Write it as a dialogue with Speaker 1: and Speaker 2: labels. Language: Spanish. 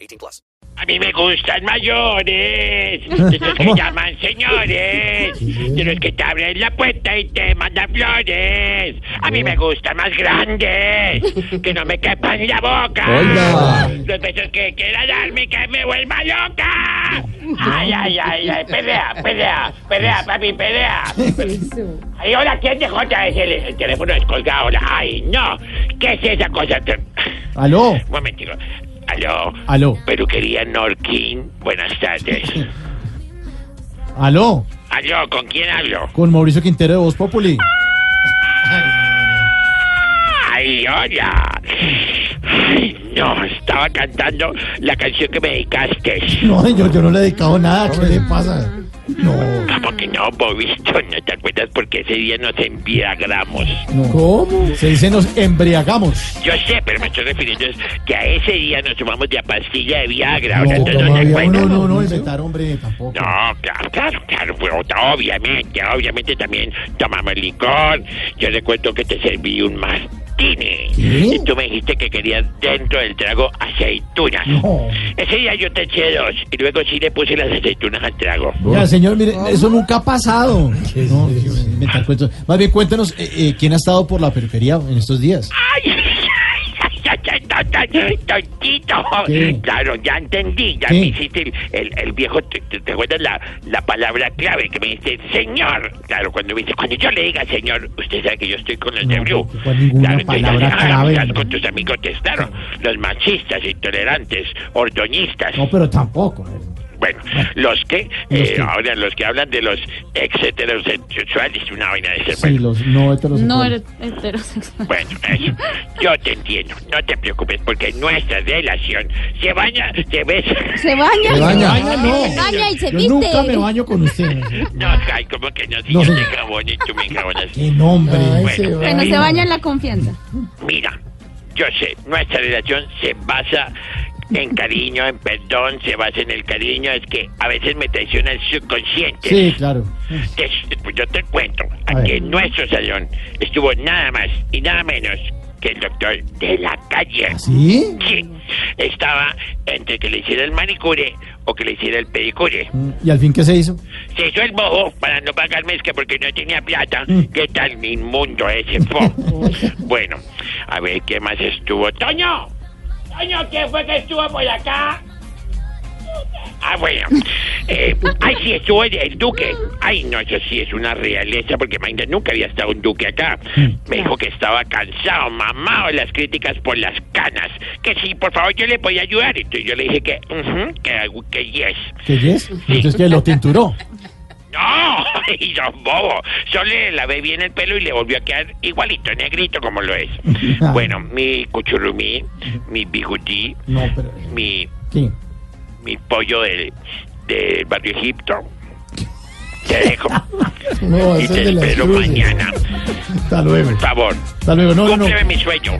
Speaker 1: 18 plus.
Speaker 2: A mí me gustan mayores, de los que llaman señores, de los que te abren la puerta y te mandan flores. A mí me gustan más grandes, que no me quepan en la boca. Los besos que quiera darme y que me vuelva loca. Ay, ay, ay, ay, pelea, pelea, pelea, papi, pelea. Ay, hola, ¿quién dejó otra vez el, el teléfono descolgado? Hola, Ay, no, ¿qué es esa cosa?
Speaker 3: Aló.
Speaker 2: Un momentico. Aló.
Speaker 3: Aló.
Speaker 2: Peluquería Norquín, buenas tardes.
Speaker 3: Aló.
Speaker 2: Aló, ¿con quién hablo?
Speaker 3: Con Mauricio Quintero de Voz Populi.
Speaker 2: ¡Ay, hola! Ay, no, estaba cantando la canción que me dedicaste.
Speaker 3: No, yo, yo no le he dedicado nada. ¿Qué le pasa? No.
Speaker 2: ¿Cómo que no, Bobistón? ¿No te acuerdas? Porque ese día nos embriagamos.
Speaker 3: ¿Cómo? Se dice nos embriagamos.
Speaker 2: Yo sé, pero me estoy refiriendo es que a ese día nos tomamos la pastilla de Viagra. Ahora,
Speaker 3: No,
Speaker 2: entonces
Speaker 3: no,
Speaker 2: no, te
Speaker 3: había-
Speaker 2: acuerdas.
Speaker 3: no, no, no, inventar, hombre, tampoco.
Speaker 2: No, claro, claro, claro, fue otra, obviamente, obviamente también tomamos licor. Yo recuerdo que te serví un martini y tú me dijiste que querías dentro del trago aceitunas.
Speaker 3: No.
Speaker 2: Ese día yo te eché dos y luego sí le puse las aceitunas al trago.
Speaker 3: Ya, señor, mire, eso nunca ha pasado. No, inventar cuentos. Más bien, cuéntenos eh, eh, quién ha estado por la periferia en estos días.
Speaker 2: ¡Ay! ay, ay, ay, ay, ay, Tontito,
Speaker 3: ¿Qué?
Speaker 2: claro, ya entendí, ya
Speaker 3: ¿Qué?
Speaker 2: me hiciste el, el- el viejo, ¿te, te- te acuerdas la, la palabra clave que me dice señor? Claro, cuando me dice, cuando yo le diga señor, usted sabe que yo estoy con los de
Speaker 3: No,
Speaker 2: Blue.
Speaker 3: no fue ninguna
Speaker 2: entonces,
Speaker 3: palabra
Speaker 2: ah,
Speaker 3: clave,
Speaker 2: estás
Speaker 3: hombre.
Speaker 2: con tus amigos testaron, los machistas, intolerantes, ordoñistas.
Speaker 3: No, pero tampoco. eh.
Speaker 2: Bueno, los que, eh,
Speaker 3: que.
Speaker 2: ahora los que hablan de los ex heterosexuales, una vaina de ser,
Speaker 3: Sí, los no heterosexuales.
Speaker 4: No eres heterosexual.
Speaker 2: Bueno, eso, yo te entiendo, no te preocupes, porque nuestra relación se baña, se besa.
Speaker 4: Se baña.
Speaker 3: Se baña.
Speaker 4: Se
Speaker 3: no.
Speaker 4: baña y se
Speaker 3: Yo
Speaker 4: viste.
Speaker 3: nunca me baño con usted.
Speaker 2: No, ay, como que no, si
Speaker 3: No,
Speaker 2: yo
Speaker 3: sí.
Speaker 2: te enjabono y tú me enjabonas.
Speaker 3: Qué nombre.
Speaker 2: Bueno,
Speaker 4: Bueno, se baña en la confianza.
Speaker 2: mira, yo sé, nuestra relación se basa en cariño, en perdón, se basa en el cariño, es que a veces me traiciona el subconsciente.
Speaker 3: Sí, claro.
Speaker 2: Te- pues yo te cuento,
Speaker 3: A
Speaker 2: aquí
Speaker 3: ver.
Speaker 2: en nuestro salón estuvo nada más y nada menos que el doctor de la calle.
Speaker 3: ¿Ah, ¿Sí?
Speaker 2: Sí, estaba entre que le hiciera el manicure o que le hiciera el pedicure.
Speaker 3: ¿Y al fin qué se hizo?
Speaker 2: Se hizo el bojo para no pagar mezcla porque no tenía plata. ¿Qué tal inmundo ese fo? bueno, a ver qué más estuvo. ¡Toño! ¡Toño, qué fue que estuvo por acá! Ah, bueno. Eh, ay, sí, estuvo el, el duque. Ay, no, eso sí es una realeza, porque imagínate, nunca había estado un duque acá. Me dijo que estaba cansado, mamado de las críticas por las canas. Que sí, por favor, yo le podía ayudar. Entonces yo le dije que, ujú, que, que yes.
Speaker 3: ¿Qué es? Entonces que lo tinturó.
Speaker 2: No, y don bobo. Yo le lavé bien el pelo y le volvió a quedar igualito, negrito como lo es. Bueno, mi cuchurumí, mi bigutí,
Speaker 3: No, pero.
Speaker 2: mi,
Speaker 3: ¿Qué?
Speaker 2: mi pollo del, del barrio Egipto. Te dejo.
Speaker 3: No,
Speaker 2: Y
Speaker 3: ese
Speaker 2: te
Speaker 3: es de las
Speaker 2: espero
Speaker 3: cruces.
Speaker 2: mañana.
Speaker 3: Hasta luego.
Speaker 2: Por favor,
Speaker 3: Hasta luego. No, no, no.
Speaker 2: cúmpleme mi sueño.